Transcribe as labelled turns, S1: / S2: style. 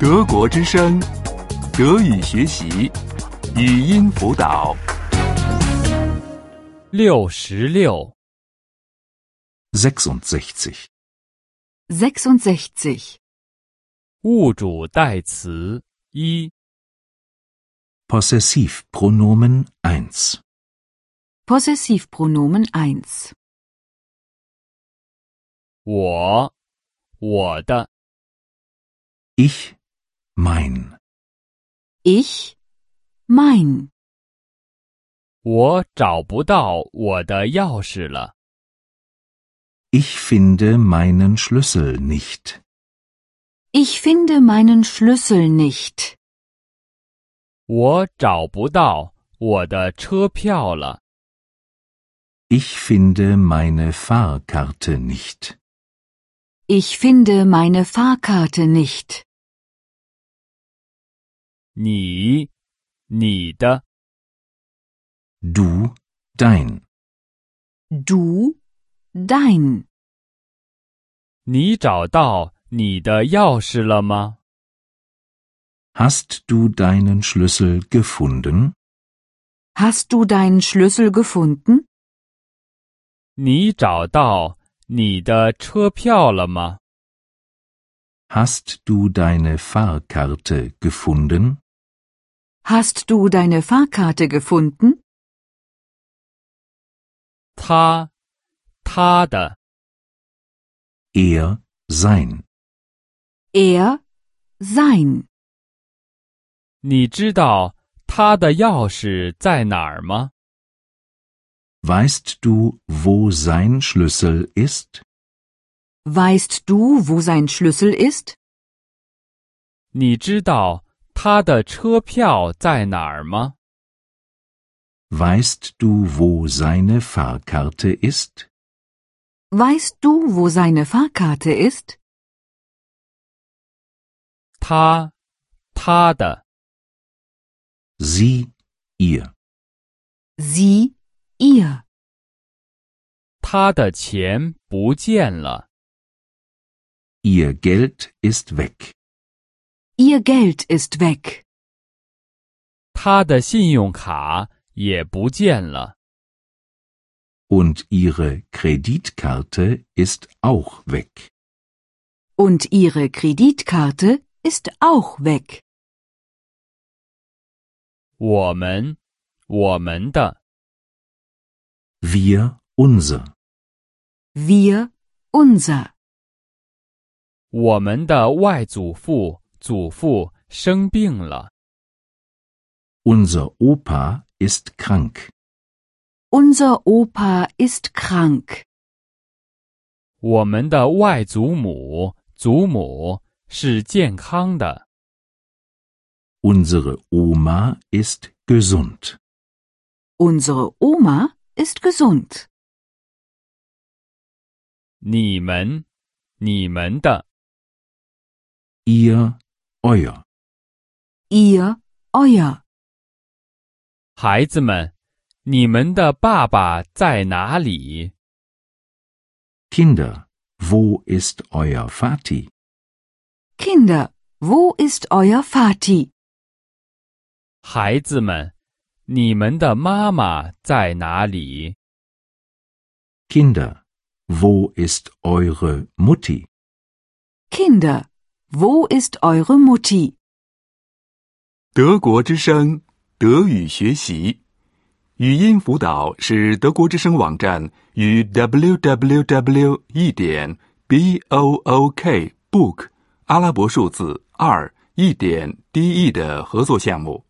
S1: 德国之声，德语学习，语音辅导。
S2: 六十六，
S1: sechsundsechzig.
S3: 66.
S2: 物主代词一，
S1: Possessivpronomen 1.
S3: Possessivpronomen 1.
S2: 我，我的，
S1: Ich, mein.
S3: Ich, mein.
S2: 我找不到我的钥匙了。
S1: Ich finde meinen Schlüssel nicht.
S3: Ich finde meinen Schlüssel nicht.
S2: 我找不到我的车票了。
S1: Ich finde meine Fahrkarte nicht.
S3: Ich finde meine Fahrkarte nicht.
S2: 你，你的，
S1: Du, dein.
S3: Du, dein.
S2: 你找到你的钥匙了吗？
S1: Hast du deinen Schlüssel gefunden?
S3: Hast du deinen Schlüssel gefunden?
S2: 你找到你的车票了吗？
S1: Hast du deine Fahrkarte gefunden?
S3: Hast du deine Fahrkarte gefunden?
S2: 他，他的，
S1: Er, sein.
S3: Er, sein.
S2: 你知道他的钥匙在哪儿吗？
S1: Weißt du, wo sein Schlüssel ist?
S3: Weißt du, wo sein Schlüssel ist?
S2: 你知道他的车票在哪儿吗？
S1: Weißt du, wo seine Fahrkarte ist?
S3: Weißt du, wo seine Fahrkarte ist?
S2: 他，他的，
S1: Sie, ihr.
S3: Sie, ihr.
S2: 他的钱不见了。
S1: Ihr Geld ist weg.
S3: Ihr Geld ist weg.
S2: 他的信用卡也不见了。
S1: Und ihre Kreditkarte ist auch weg.
S3: Und ihre Kreditkarte ist auch weg.
S2: 我们，我们的，
S1: Wir, unser.
S3: Wir, unser.
S2: 我们的外祖父、祖父生病了。
S1: Unser Opa ist krank.
S3: Unser Opa ist krank.
S2: 我们的外祖母、祖母是健康的。
S1: Unsere Oma ist gesund.
S3: Unsere Oma ist gesund.
S2: 你们，你们的，
S1: Ihr, euer.
S3: Ihr, euer.
S2: 孩子们，你们的爸爸在哪里？
S1: Kinder, wo ist euer Vati?
S3: Kinder, wo ist euer Vati?
S2: 孩子们，你们的妈妈在哪里？
S1: Kinder, wo ist eure Mutti?
S3: Kinder, wo ist eure Mutti?
S4: 德国之声德语学习语音辅导是德国之声网站与 www. 一点 b o o k book 阿拉伯数字二一点 d e 的合作项目。